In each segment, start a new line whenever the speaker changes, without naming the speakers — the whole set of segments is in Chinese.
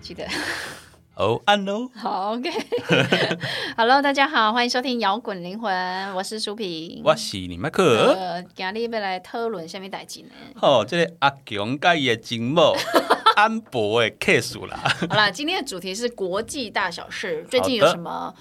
记得。
哦，按喽，
好，OK。Hello，大家好，欢迎收听《摇滚灵魂》，我是苏萍。
我是你麦克。
呃，今日要来讨论什么代志呢？
吼、这个阿强甲伊的 情某安博的 case 啦。
好啦，今天的主题是国际大小事。最近有
好的
什么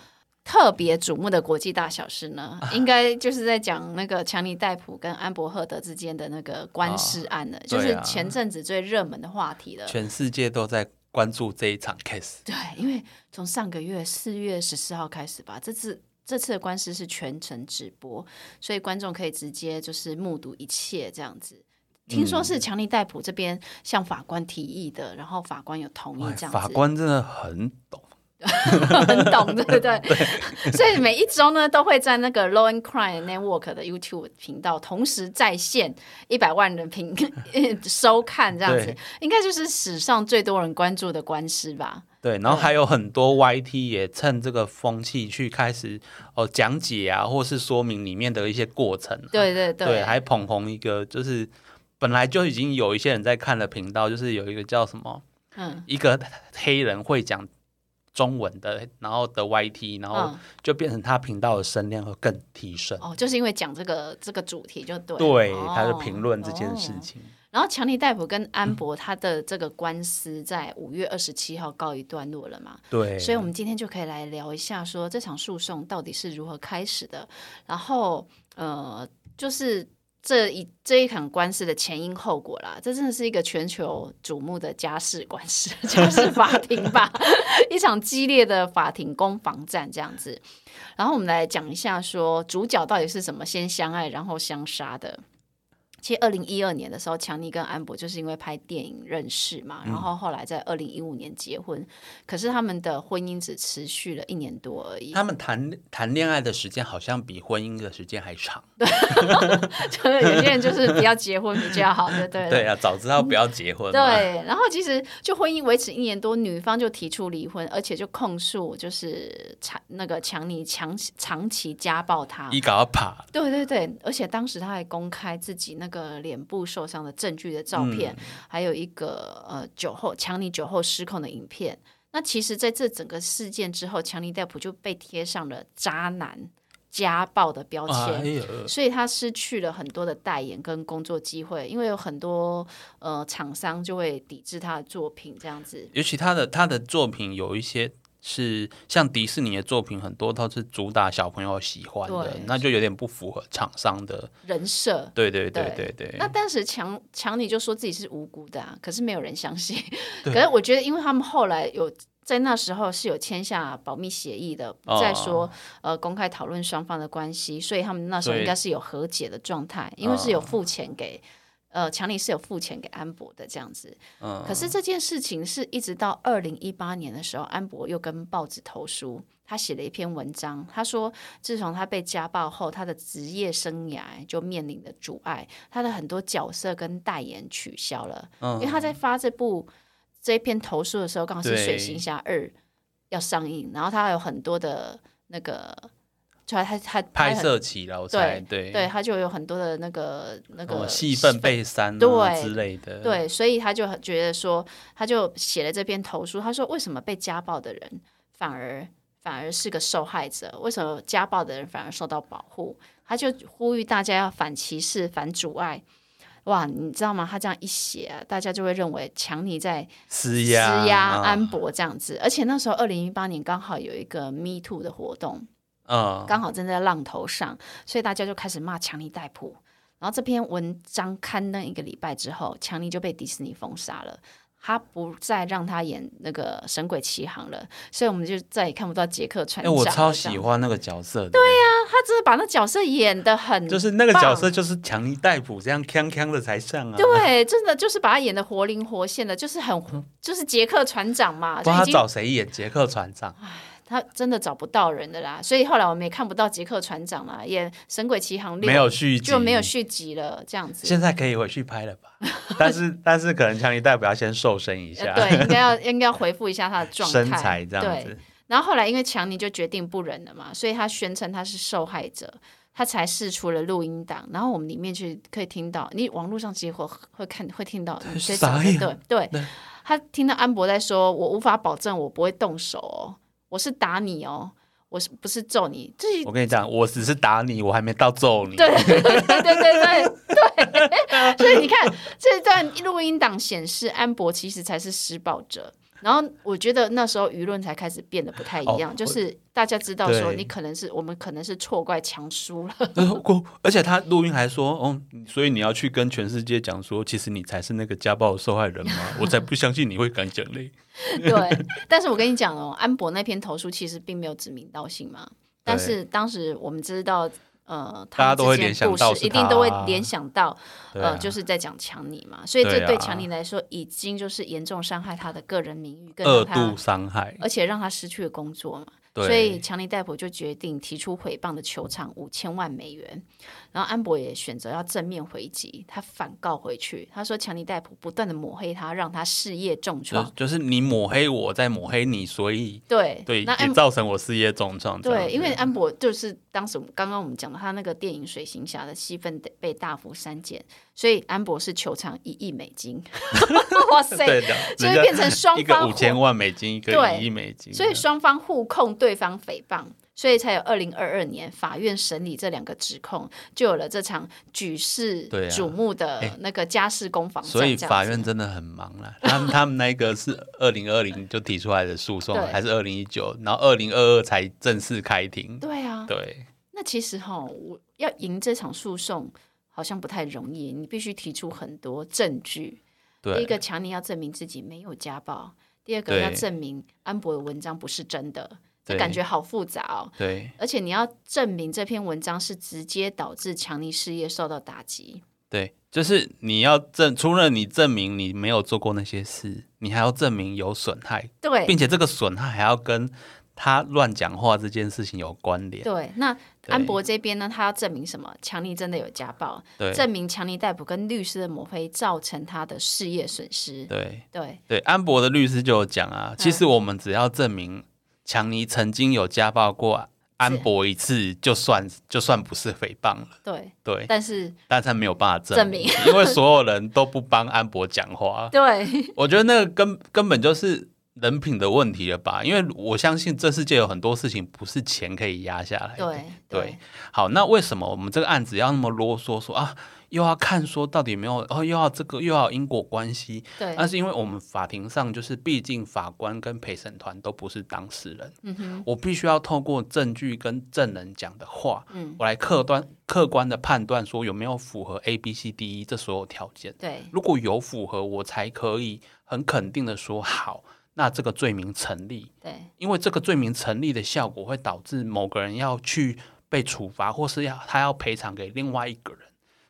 特别瞩目的国际大小事呢？应该就是在讲那个强尼戴普跟安博赫德之间的那个官司案了，就
啊对
是
啊
前阵子最热门的话题了。
全世界都在关注这一场 case。
对，因为从上个月四月十四号开始吧，这次这次的官司是全程直播，所以观众可以直接就是目睹一切这样子。听说
嗯
是强力逮捕这边向法官提议的，然后法官有同意
哇
这样子，
哎法官真的很懂。
很懂，对不 对？所以每一周呢，都会在那个 Low and Crime Network 的 YouTube 频道同时在线一百万人平收看，这样子
对
应该就是史上最多人关注的官司吧。
对，然后还有很多 YT 也趁这个风气去开始哦讲解啊，或是说明里面的一些过程啊、
对对
对，还捧红一个就是本来就已经有一些人在看的频道，就是有一个叫什么
嗯
一个黑人会讲中文的，然后的 YT，然后
嗯，
就变成他频道的声量会更提升。
哦，就是因为讲这个这个主题就对了，
对，
哦
他就评论这件事。
哦
情。
然后强尼戴普跟安博他的这个官司在五月二十七号告一段落了嘛，
对，
所以我们今天就可以来聊一下，说这场诉讼到底是如何开始的，然后呃，就是这一这一场官司的前因后果啦。这真的是一个全球瞩目的家事官司，家事法庭吧，一场激烈的法庭攻防战这样子。然后我们来讲一下，说主角到底是怎么先相爱然后相杀的。其实，二零一二年的时候，强尼跟安博就是因为拍电影认识嘛，然后后来在二零一五年结婚。可是他们的婚姻只持续了一年多而 已，
他们谈谈恋爱的时间好像比婚姻的时间还长。
就是有些人就是不要结婚比较好，对对了
对啊，早知道不要结婚嘛。
对，然后其实就婚姻维持一年多，女方就提出离婚，而且就控诉就是强那个强尼强长期家暴她。
一搞怕，
对对对，而且当时她还公开自己那个脸部受伤的证据的照片，
嗯
还有一个呃酒后强尼酒后失控的影片。那其实，在这整个事件之后，强尼戴普就被贴上了渣男、家暴的标签。
哎呦，
所以他失去了很多的代言跟工作机会，因为有很多呃厂商就会抵制他的作品这样子。
尤其他的他的作品有一些是像迪士尼的作品，很多都是主打小朋友喜欢的
对，
那就有点不符合厂商的。
人设。
对对对
对
对对
那，当时强强尼就说自己是无辜的、啊，可是没有人相 信。
对
可是我觉得，因为他们后来有在那时候是有签下保密协议的，
哦
不再说、呃公开讨论双方的关系，所以他们那时候
所以
应该是有和解的状态，因
哦
为是有付钱给、呃强尼是有付钱给安博的这样子。
嗯，
可是这件事情是一直到二零一八年的时候，安博又跟报纸投书，他写了一篇文章，他说，自从他被家暴后，他的职业生涯就面临着阻碍，他的很多角色跟代言取消了，因为他
嗯
在发这部这篇投诉的时候，刚好是《
对
水行侠二》要上映，然后他有很多的那个，就他他他
拍
很
摄期了，我猜
对
对
对，他就有很多的那个那
哦
个
戏份被删啊
对
之类的，，
对，所以他就很觉得说，他就写了这篇投诉，他说为什么被家暴的人反而反而是个受害者？为什么家暴的人反而受到保护？他就呼吁大家要反歧视、反阻碍。哇，你知道吗？他这样一写、啊，大家就会认为强尼在
施
施
压
压
啊
安博这样子。而且那时候二零一八年刚好有一个 Me Too 的活动，
嗯，
刚好正在浪头上，所以大家就开始骂强尼戴普。然后这篇文章刊登一个礼拜之后，强尼就被迪士尼封杀了。他不再让他演那个《神鬼奇航》了，所以我们就再也看不到杰克船
哎、
长了。
我超喜欢那个角色，对呀、
这样他真的把那角色演的很，
就是那个角色就是强尼戴普这样锵锵的才上啊，
对，真的就是把他演的活灵活现的，就是很就是杰克船长嘛，
不
就
知道
已
他
经啊
找谁演杰克船长，
他真的找不到人的啦。所以后来我们也看不到杰克船长啦，演《神鬼奇航六》
没有续集，
就没有续集了，这样子。
现在可以回去拍了 吧？但是但是可能强尼戴普要先瘦身一下，
呃对，应该要应该要回复一下他的状态，
身材这样
对。
子，
然后后来因为强尼就决定不忍了嘛，所以他宣称他是受害者，他才试出了录音档，然后我们里面去可以听到，你网络上其实会会看会听到你在讲
傻
的，
眼
对对，他听到安博在说，我无法保证我不会动手哦，我是打你哦，我是不是揍你？这
我跟你讲，我只是打你，我还没到揍你。
对 对对对对对，所以你看这段录音档显示安博其实才是施暴者。然后我觉得那时候舆论才开始变得不太一样，
哦
就是大家知道说
对
你可能是我们可能是错怪强叔了，
呃我而且他录音还说，哦，所以你要去跟全世界讲说，其实你才是那个家暴的受害人吗？ 我才不相信你会敢讲嘞。
对。但是我跟你讲哦，安博那篇投诉其实并没有指名道姓嘛，但是当时我们知道，呃，他
大
们
家都会
之间
联想
的故
到
事
是
一定都会
他啊
联想到，
对啊
呃，就是在讲强尼嘛，所以
对
这
啊
对强尼来说已经就是严重伤害他的个人名誉，更
二
让他
度伤害，
而且让他失去了工作嘛。
对
所以强尼戴普就决定提出毁谤的求偿五千万美元，然后安博也选择要正面回击，他反告回去，他说强尼戴普不断的抹黑他，让他事业重
就
创。
就是你抹黑我，在抹黑你，所以
对
对
那哎
也
安
造成我事业重创这样子。
对，因为安博就是当时我们刚刚我们讲的，他那个电影《水行侠》的戏份被大幅删减，所以安博是求偿一亿美金。 哇塞！
对的，
所以
人家
变成双
一个
方
五千万美金，一个
对
一亿美金，
所以双方互控对方诽谤，所以才有二零二二年法院审理这两个指控，就有了这场举世
对啊
瞩目的那个家事攻防战。
所以
这样子
法院真的很忙啦。 他们他们那个是二零二零就提出来的诉讼，
对
还是二零一九，然后二零二二才正式开庭。
对啊，
对，
那其实哈，我要赢这场诉讼好像不太容易，你必须提出很多证据。第一
对，
个，强尼要证明自己没有家暴；第二个，
对
要证明安博的文章不是真的。这
对
感觉好复杂哦。
对，
而且你要证明这篇文章是直接导致强尼事业受到打击，
对，就是你要证，除了你证明你没有做过那些事，你还要证明有损害，
对，
并且这个损害还要跟他乱讲话这件事情有关联。
对，那
对
安博这边呢，他要证明什么？强尼真的有家暴，
对，
证明强尼逮捕跟律师的抹黑造成他的事业损失。
对，
对
对，安博的律师就有讲啊，其实我们只要证明强尼曾经有家暴过安博一次，就算就算不是诽谤了。
对，
对，
但是。
但是他没有办法证明，因为所有人都不帮安博讲话
对
我觉得那个根根本就是人品的问题了吧？因为我相信这世界有很多事情不是钱可以压下来的。
对
哎对，好，那为什么我们这个案子要那么啰嗦说啊？又要看说到底有没有，哦，又要这个，又要因果关系，
对
那是因为我们法庭上就是，毕竟法官跟陪审团都不是当事人，
嗯哼，
我必须要透过证据跟证人讲的话，
嗯，
我来客观客观的判断说有没有符合 A、B、C、D、E 这所有条件。
对
如果有符合，我才可以很肯定的说好，那这个罪名成立。
对
因为这个罪名成立的效果会导致某个人要去被处罚，或是要他要赔偿给另外一个人，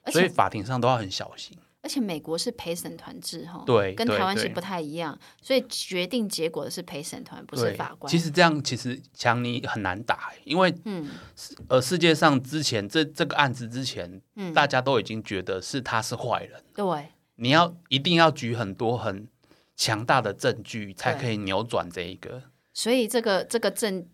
而
所以
且
法庭上都要很小心。
而且美国是陪审团制哈，
对
跟
对
台湾是
对
不太一样，所以决定结果的是陪审团，不是
对
法官
其。实这样其实强尼很难打，欸因为
嗯
呃，世界上之前这这个案子之前，
嗯，
大家都已经觉得是他是坏人，
对
你要一定要举很多很强大的证据，才可以扭转这一个。
所以这个这个证，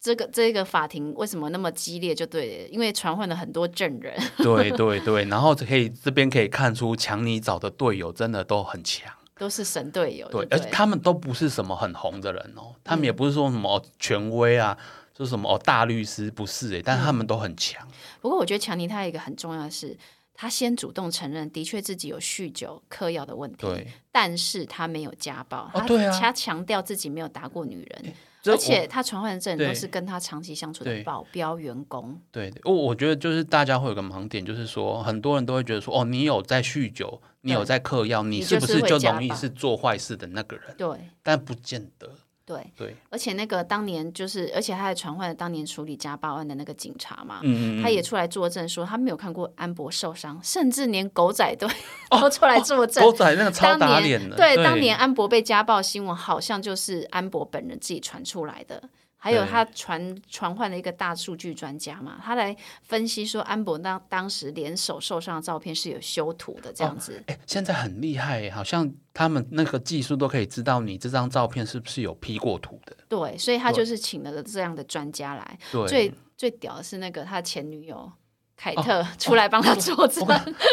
这个这个法庭为什么那么激烈？就对了，因为传唤了很多证人。
对对对，然后可以这边可以看出，强尼找的队友真的都很强。
都是神队友，
对
对，不
而
对，
且他们都不是什么很红的人哦，他们也不是说什么、哦权威啊，说什么哦大律师不是诶，欸
嗯
但他们都很强。
不过我觉得强尼他有一个很重要的是，他先主动承认的确自己有酗酒、嗑药的问题，
对，
但是他没有家暴，
哦
他
对啊
他强调自己没有打过女人，
这
而
我
且他传唤的证人
对
都是跟他长期相处的
对
保镖员工，
对，我我觉得就是大家会有个盲点，就是说很多人都会觉得说，哦，你有在酗酒，你有在嗑药，你是不
你
是
就是
就
会
容易
家暴
是做坏事的那个人？
对
但不见得，
对。
对，
而且那个当年就是，而且他还传唤了当年处理家暴案的那个警察嘛，
嗯
他也出来作证说他没有看过安博受伤，甚至连狗仔都 都出来作证。
哦狗仔那个超
当
打
年
脸的，
对，当年安博被家暴新闻好像就是安博本人自己传出来的。还有
对
他传传唤了一个大数据专家嘛，他来分析说安博当当时联手受伤的照片是有修图的这样子，
哎，现在很厉害耶，好像他们那个技术都可以知道你这张照片是不是有 P 过图的，
对，所以他就是请了个这样的专家来。
哦对，
最最屌的是那个他前女友凯
哦
特出来帮他作证。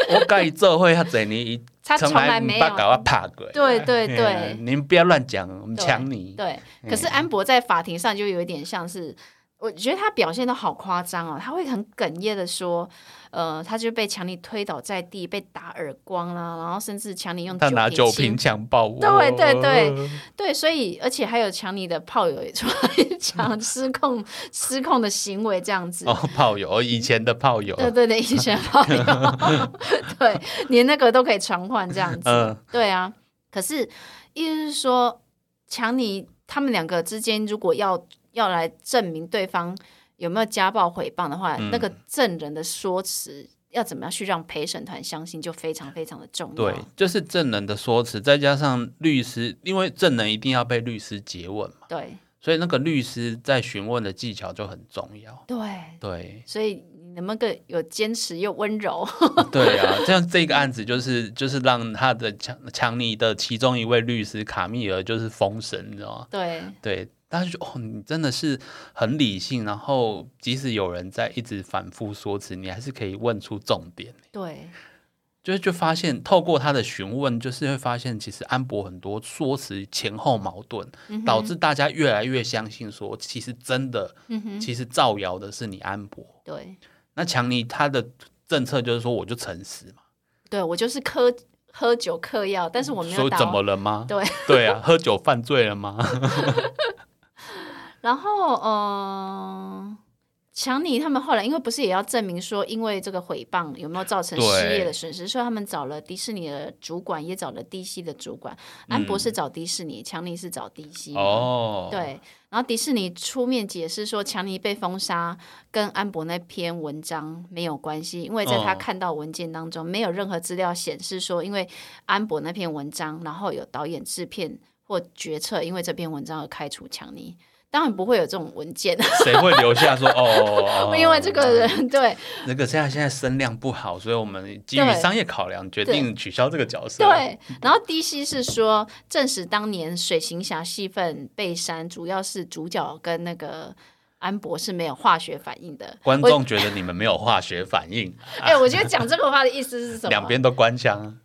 我跟伊做伙遐侪年， 伊
他从
从
来
唔
没有
捌甲我拍过。
对对
嘿啊
对
您不要乱讲，我们抢你。
对，可
嗯
是安博在法庭上就有一点像是，我觉得他表现的好夸张哦，他会很哽咽的说，呃，他就被强尼推倒在地，被打耳光啦、然后甚至强尼用
他拿酒
亲
瓶强暴我。
对对对，对，所以而且还有强尼的炮友也出来 讲失控失控的行为这样子。
哦，炮友，哦以前的炮友。
对对对，以前炮 友，对，连那个都可以传唤这样子。
嗯
对啊，可是意思是说，强尼他们两个之间如果要要来证明对方有没有家暴诽谤的话，
嗯
那个证人的说辞要怎么样去让陪审团相信，就非常非常的重要。
对，就是证人的说辞，再加上律师，因为证人一定要被律师诘问嘛，
对
所以那个律师在询问的技巧就很重要。
对，
对
所以你能不能更有坚持又温柔？
对啊，这样这个案子就是就是让他的强强尼的其中一位律师卡密尔就是封神，你知道吗？
对
对，他就觉得哦，你真的是很理性，然后即使有人在一直反复说辞，你还是可以问出重点。
对
就是就发现，透过他的询问，就是会发现，其实安博很多说辞前后矛盾，导致大家越来越相信说，其实真的，其实造谣的是你安博。
对
那强尼他的政策就是说，我就诚实嘛，
对，我就是喝喝酒嗑药，但是我没
所
有
以
打
怎么
哦。
了吗？
对，
对啊，喝酒犯罪了吗？
然后嗯，强尼他们后来因为不是也要证明说，因为这个诽谤有没有造成
对
失业的损失，所以他们找了迪士尼的主管，也找了 DC 的主管。安博士找迪士尼，强尼是找 DC 嘛。
嗯哦，，
嗯对，然后迪士尼出面解释说，强尼被封杀跟安博那篇文章没有关系，因为在他
嗯
看到文件当中，没有任何资料显示说，因为安博那篇文章，然后有导演、制片或决策因为这篇文章而开除强尼。当然不会有这种文件，
谁会留下说哦？
因为这个人 对
那个现在现在声量不好，所以我们基于
对
商业考量决定取消这个角色。
对，然后 DC 是说证实当年水行侠戏份被删，主要是主角跟那个安博是没有化学反应的。
观众觉得你们没有化学反应， 啊
哎、我觉得讲这个话的意思是什么？
两边都关枪。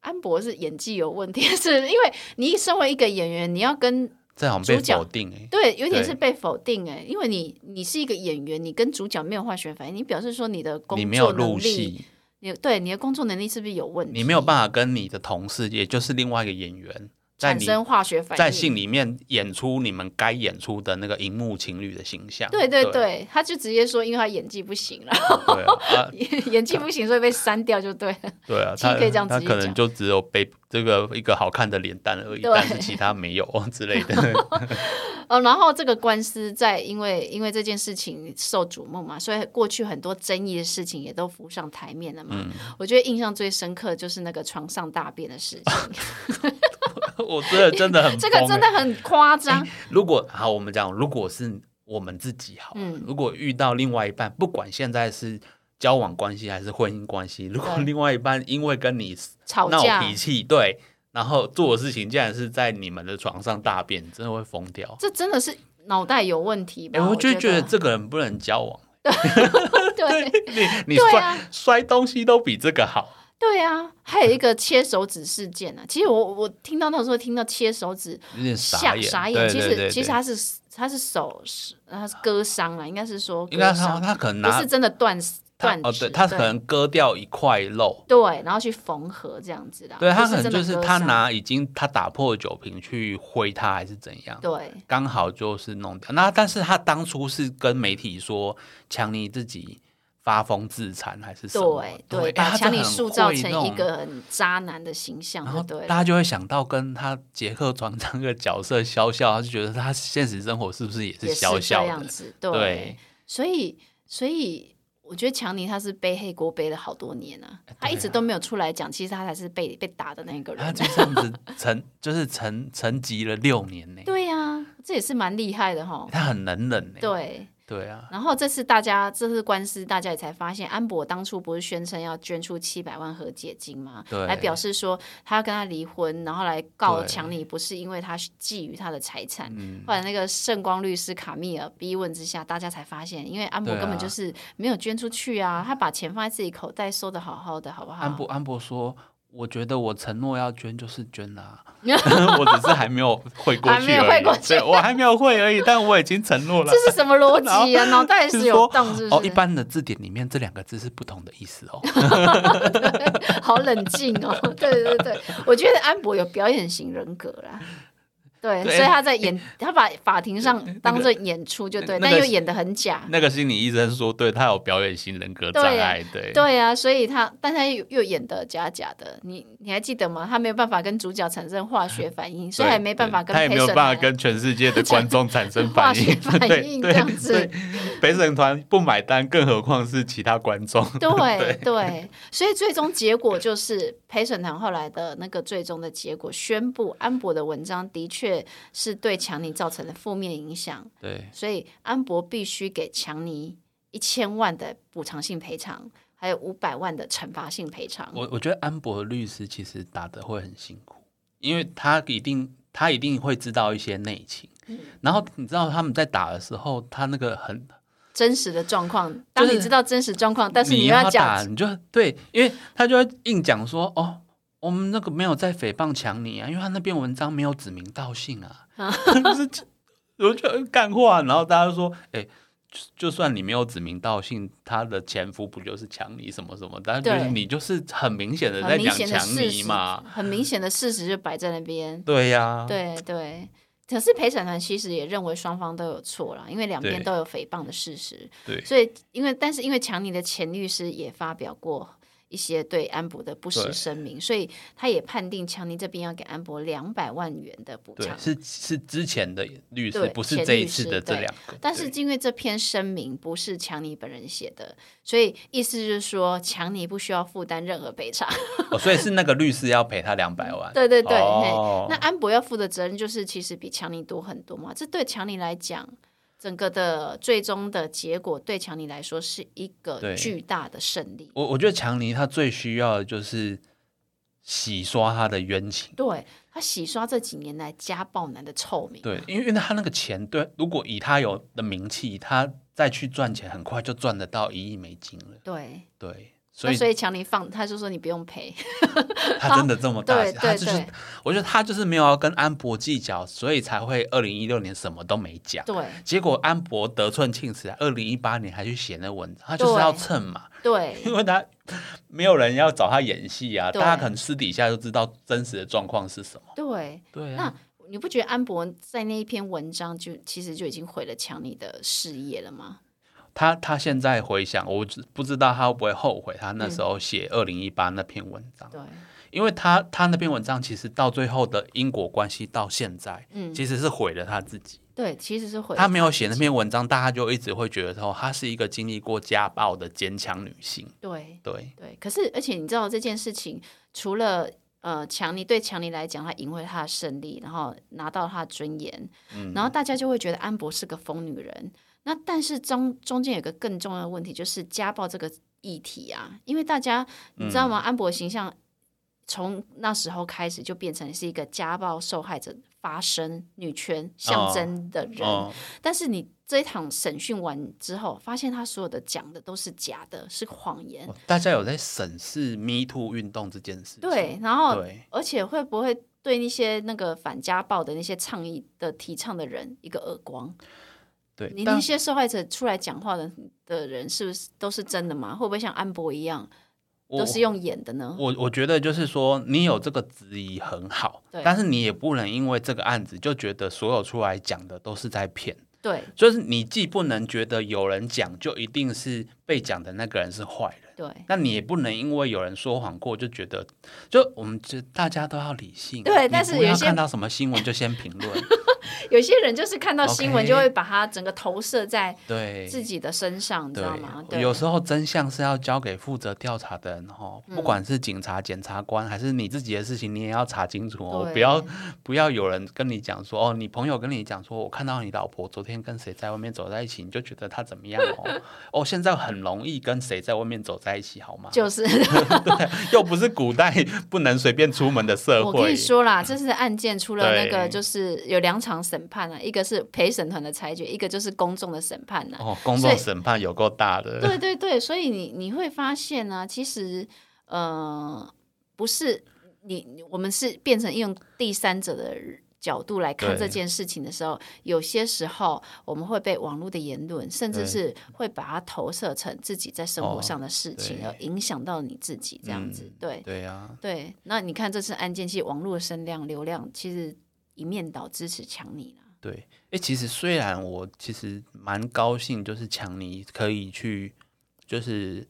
安博是演技有问题，是因为你身为一个演员，你要跟
这好像被
主角
否定哎、
对有点
对
是被否定哎，因为你你是一个演员，你跟主角没有化学反应，你表示说你的工
你没有
作
入
能力，
戏，
你对你的工作能力是不是有问题？
你没有办法跟你的同事，也就是另外一个演员，在
产
你
生化学反应，
在戏里面演出你们该演出的那个荧幕情侣的形象。
对对
对
对，他就直接说，因为他演技不行了，
对啊，
演技不行，所以被删掉就对了。
对啊，
其实
他
可以这样
他
直接
可能
讲
就只有被这个一个好看的脸蛋而已，
对
但是其他 没有之类的。
呃，然后这个官司在因为因为这件事情受瞩目嘛，所以过去很多争议的事情也都浮上台面了嘛。
嗯
我觉得印象最深刻就是那个床上大便的 事情，
我真的真的 很
这个
疯
真
欸
的很夸张。
如果好，我们讲，如果是我们自己好，
嗯
如果遇到另外一半，不管现在是交往关系还是婚姻关系，如果
对
另外一半因为跟你
吵
闹
架
脾气，对，然后做的事情竟然是在你们的床上大便，真的会疯掉。
这真的是脑袋有问题吧？
哎、我
我
就觉
觉
得这个人不能交往，
对
你你
对
摔、
啊
摔东西都比这个好。
对啊，还有一个切手指事件呢、啊。其实我我听到那时候听到切手指，
有点
吓
傻眼，
傻
对
眼。其
对对
实其实
对
他是他是手是他是割伤啊了，应该是说
应该
割
是他
伤，
他可能
不
拿
是真的断
他
断
哦，
指
对他可能割掉一块肉，
对，然后去缝合这样子的。
对他
啊不
可能
真的
就是
割
他
伤
拿已经他打破酒瓶去挥他还是怎样，
对
刚好就是弄掉。那但是他当初是跟媒体说强尼自己发疯自残还是什么？
对
对，
对，
哎
把
他真
强
的
尼
很
塑造
会
成
弄
一个很渣男的形象
然后，
对
大。家就会想到跟他杰克船长的角色肖笑，他就觉得他现实生活是不是也
也
是
是
肖
这
笑
样
的？
子，
对
所以所以我觉得强尼他是背黑锅背了好多年啊，
哎
他一直都没有出来讲，其实他才是被被打的那个
他
人。啊
就啊这样子沉，就是沉沉寂了六年呢，
啊对呀、这也是蛮厉害的哈。
他很能忍呢。
对，
对啊，
然后这次大家这次官司，大家也才发现，安博当初不是宣称要捐出七百万和解金吗？
对
来表示说他要跟他离婚，然后来告
对
强尼不是因为他觊觎他的财产。
嗯
后来那个圣光律师卡密尔逼问之下，大家才发现，因为安博
对啊
根本就是没有捐出去啊，他把钱放在自己口袋收的好好的，好不好？
安博安博说。我觉得我承诺要捐就是 捐啦、我只是还没有汇过
还
去
没有
而
汇
已，啊
过去
对我还没有汇而已，但我已经承诺了
这。是什么逻辑 啊？脑袋
就是是
有
说
洞是不是？
哦，一般的字典里面这两个字是不同的意思 哦。
好冷静哦。 对对对，我觉得安博有表演型人格啦。对，
对
所以他在演，他把法庭上当做演出就对，
那个
但又演的很假。
那个心理医生说，对他有表演型人格障碍，对
对啊，所以他，但他又又演的假假的，你你还记得吗？他没有办法跟主角产生化学反应，所以还没办法跟
他也没
陪
有
审
办法
团
跟全世 界的观众产生反
化学
应，
反
对
应
对
这样子
对，陪审团不买单，更何况是其他观众。
对对，所以最终结果就是陪审团后来的那个最终的结果宣布，安博的文章的确是对强尼造成了负面影响，
对
所以安博必须给强尼一千万的补偿性赔偿，还有五百万的惩罚性赔偿。
我，我觉得安博律师其实打的会很辛苦，因为他一定他一定会知道一些内情。
嗯
然后你知道他们在打的时候，他那个很，
真实的状况，当你知道真实状况，但是
你
你又要
打，
讲，
你就对，因为他就会硬讲说，哦，我们那个没有在诽谤强你啊，因为他那篇文章没有指名道 姓啊， 就是我就干话，然后大家就说，哎、就就算你没有指名道姓，他的前夫不就是强尼什么什么？但就是
对
你就是很明显的在
很明
讲
显的
强
事
尼
实
嘛，
很明显的事实就摆在那边。
对呀、
对对。可是陪审团其实也认为双方都有错啦，因为两边
对
都有诽谤的事实，
对
所以因为但是因为强尼的前律师也发表过一些对安博的不实
对
声明，所以他也判定强尼这边要给安博两百万元的补
对
偿，。
是是之前的律师
对，
不是
前
这
律
一次
师
的这
对
两个。
但是
对
因为这篇声明不是强尼本人写的，所以意思就是说强尼不需要负担任何赔偿。
哦，所以是那个律师要赔他两百万。
对对对，
哦
嘿，那安博要负的责任就是其实比强尼多很多嘛。这对强尼来讲，整个的最终的结果对强尼来说是一个
对
巨大的胜利。
我我觉得强尼他最需要的就是洗刷他的冤情。
对他洗刷这几年来家暴男的臭名，
对，因为因为他那个钱，对，如果以他有的名气，他再去赚钱，很快就赚得到一亿美金了。
对，
对，所
那
以
所以强尼放他就说你不用 赔，
他真的这么大，
对
他
对
就是
对，
我觉得他就是没有要跟安博计较，所以才会二零一六年什么都没讲。
对
结果安博得寸进尺，啊二零一八年还去写那文章，他就是
对
要蹭嘛，
对
因为他没有人要找他演戏啊，
对
大家可能私底下就知道真实的状况是什么。
对。
对啊
那你不觉得安博在那一篇文章就其实就已经毁了强尼的事业了吗？
他他现在回想，我只不知道他会不会后悔他那时候写二零一八那篇文章，
对，
因为他他那篇文章其实到最后的因果关系到现在，
嗯
其实是毁了他自己。
对，其实是毁了
他没有写那篇文章，大家就一直会觉得说她是一个经历过家暴的坚强女性。
对
对
对，可是而且你知道这件事情，除了呃强尼对强尼来讲，他赢回他的胜利，然后拿到他的尊严，
嗯
然后大家就会觉得安博是个疯女人。那但是中中间有个更重要的问题，就是家暴这个议题啊，因为大家你知道
嗯
吗？安博形象从那时候开始就变成是一个家暴受害者发声女权象
哦
征的人，
哦，
但是你这一场审讯完之后，发现他所有的讲的都是假的，是谎言。
哦大家有在审视 Me Too 运动这件事情。
对，哦然后
对
而且会不会对那些那个反家暴的那些倡议的提倡的人一个耳光？
对，
你
但
那些受害者出来讲话的的人，是不是都是真的吗？会不会像安博一样，
我
都是用演的呢？
我我觉得就是说，你有这个质疑很好
对，
但是你也不能因为这个案子就觉得所有出来讲的都是在骗。
对
就是你既不能觉得有人讲就一定是被讲的那个人是坏人，
对
那你也不能因为有人说谎过就觉得，就我们就大家都要理性。啊
对
你
但是
不要
有些
看到什么新闻就先评论，
有些人就是看到新闻
OK
就会把它整个投射在
对，
自己的身上，你知道吗？对，
有时候真相是要交给负责调查的人哦，不管
嗯
是警察、检察官，还是你自己的事情，你也要查清楚哦，
对
不要不要有人跟你讲说哦，你朋友跟你讲说，我看到你老婆昨天跟谁在外面走在一起，你就觉得她怎么样哦， 哦，现在很容易跟谁在外面走在一起，好吗？
就是
对， 又不是古代不能随便出门的社
我
会。
跟你说啦，这次的案件除了那个
对
就是有两场审判啊，一个是陪审团的裁决，一个就是公众的审判呐、啊。
哦，公
所以
众审判有够大的，嗯
对对对，所以你你会发现呢、其实呃，不是你我们是变成用第三者的角度来看
对
这件事情的时候，有些时候我们会被网络的言论，甚至
对
是会把它投射成自己在生活
哦
上的事情，
对
而影响到你自己这样子。
嗯
对
对啊，
对，那你看这次案件，其实网络的声量、流量其实一面倒支持强尼啦。
对，哎、其实虽然我其实蛮高兴，就是强尼可以去，就是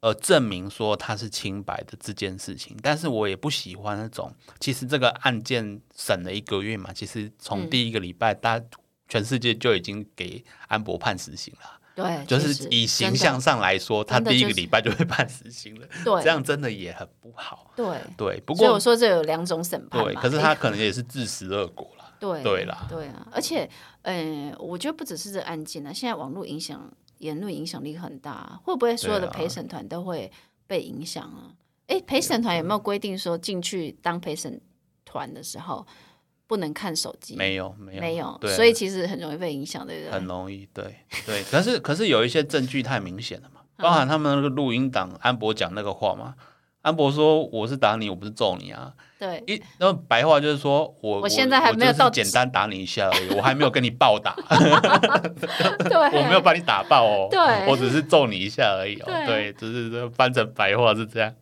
呃证明说他是清白的这件事情，但是我也不喜欢那种，其实这个案件审了一个月嘛，其实从
嗯
第一个礼拜，大家全世界就已经给安博判死刑了，
对，
就
其
是
实
以
真
形
的
象上来说，他
真的
第一
就
个
是
礼拜就被判死刑了，
对
这样真的也很不好。
对。
对，不
所以我
过
说这有两种审判
对，
嘛
可是
一
他可能也是自食恶果啦。
对
对啦
对啊，而且，呃，我觉得不只是这案件啊，现在网络影响言论影响力很大，会不会所有的
对啊
陪审团都会被影响啊？哎、陪审团有没有规定说进去当陪审团的时候不能看手机？
没有，没有，
没有，
对啊
所以其实很容易被影响，对不
很
对？
容易，对对。可是可是有一些证据太明显了嘛，包含他们那个录音档，安博讲那个话嘛。安博说：“我是打你，我不是揍你啊！
对，
一那白话就是说我
我现在还没有
我就是
到
简单打你一下而已，我还没有跟你 暴打，
对，
我没有把你打爆哦，
对
我只是揍你一下而已哦，
对
对，只是说翻成白话是这样，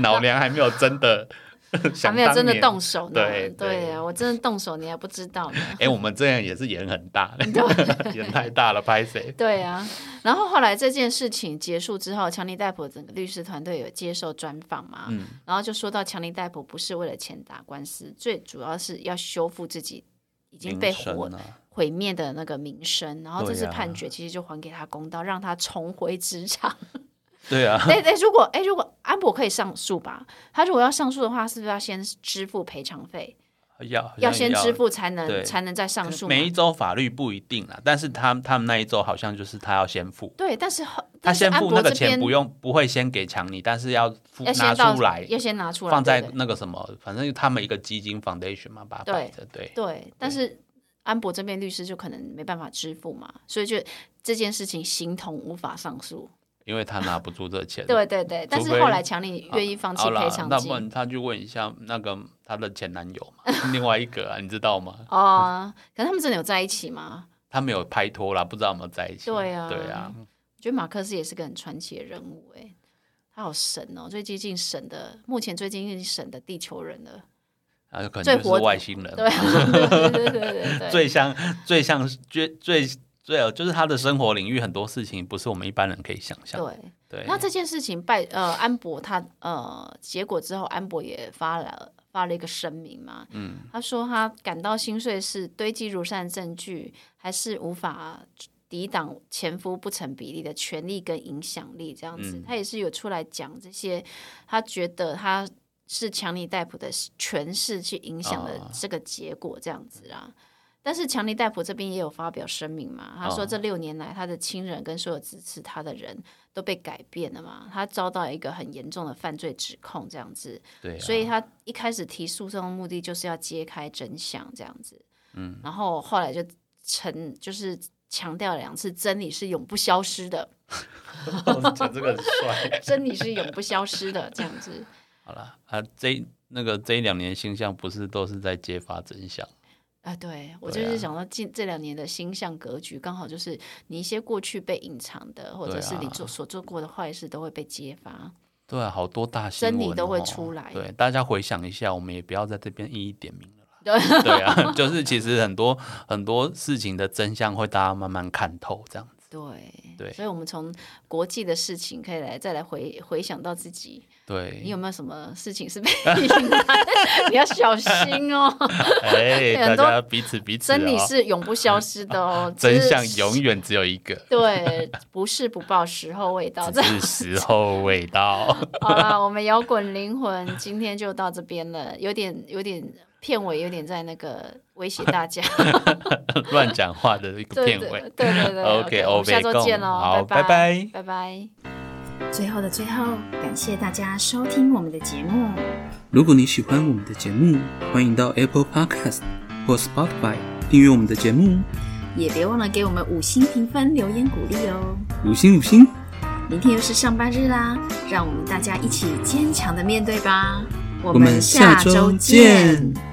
老娘还没有真的
还
想
没有真的
当年
动手呢。
对对
对啊，我真的动手你还不知道呢。
哎、我们这样也是演很大， 演太大了，拍谁？
对 啊，然后后来这件事情结束之后，强尼戴普整个律师团队有接受专访嘛，
嗯
然后就说到强尼戴普不是为了钱打官司，最主要是要修复自己已经被
名声
毁
啊
毁灭的那个名声，然后这
对
次
啊
判决其实就还给他公道，让他重回职场。
对啊，
对对，如果哎如果安博可以上诉吧，他如果要上诉的话，是不是要先支付赔偿费？
要好像
要先支付才能
对
才能再上诉嘛？
每一周法律不一定啦，但是他他们那一周好像就是他要先付，
对，但是后
他
但是
先
安
付
博
那个
这
钱
边
不用不会先给强尼，但是要付
要
拿
先到
出来
要先拿出来
放
对
在
不对
那个什么，反正他们一个基金 foundation 嘛，把它摆着。对，
对，但是安博这边律师就可能没办法支付嘛，所以就这件事情形同无法上诉。
因为他拿不出这钱。
对对对，但是
除非
后来强力愿意放弃
好啦
赔偿
那不
金。
然他去问一下那个他的前男友嘛，另外一个啊，你知道吗？
哦，可是他们真的有在一起吗？
他没有拍拖啦，不知道有没有在一起。
对啊
对啊，
我觉得马克思也是个很传奇的人物哎、他好神哦，最接近神的，目前最接近神的地球人了。
啊，可
最
能就
活
是外星人。
对啊， 对对对对对 对，
最像最像最最最有就是他的生活领域很多事情不是我们一般人可以想象。
对。
对，
那这件事情拜呃安博他呃结果之后，安博也发了发了一个声明嘛，嗯，他说他感到心碎是堆积如山的证据，还是无法抵挡前夫不成比例的权力跟影响力这样子，他也是有出来讲这些，他觉得他。是强尼戴普的权势去影响了
啊
这个结果，这样子啊。但是强尼戴普这边也有发表声明嘛，他说
哦
这六年来，他的亲人跟所有支持他的人都被改变了嘛，他遭到一个很严重的犯罪指控这样子，
对啊
所以他一开始提诉讼的目的就是要揭开真相这样子，嗯，然后后来就成就是强调了两次，真理是永不消失的，
讲这个很帅。
真理是永不消失的这样子。
好了啊，这那个这一两年星象不是都是在揭发真相？
啊，对我就
对
是
啊
想到近这两年的星象格局，刚好就是你一些过去被隐藏的，或者
对
是你
啊
做所做过的坏事都会被揭 发。
对啊，好多大新闻、哦、
真理都会出来
对，大家回想一下，我们也不要在这边一一点名 了啦。
对，
对啊，就是其实很多很多事情的真相会大家慢慢看透，这样子。
对
对
所以我们从国际的事情可以来再来回回想到自己，你
对
有，没有什么事情是被隐 瞒？你要小心哦，
哎，大
很多
家彼此彼此、哦，
真理是永不消失的哦，
真
只是
相永远只有一个，
对，不是不报，时候未到。这
只是时 候未到。
好了，我们摇滚灵魂今天就到这边了，有点有点片尾有点在那个威胁大家，
乱讲话的一个
对
片
对
尾
对。对对
OK，
我们下周
欧北共
见喽，
好
拜
拜拜
拜拜。
最后的最后，感谢大家收听我们的节目。
如果你喜欢我们的节目，欢迎到 Apple Podcast 或 Spotify 订阅我们的节目，
也别忘了给我们五星评分、留言鼓励哦。
五星五星。
明天又是上班日啦，让我们大家一起坚强的面对吧。我
我们下周见。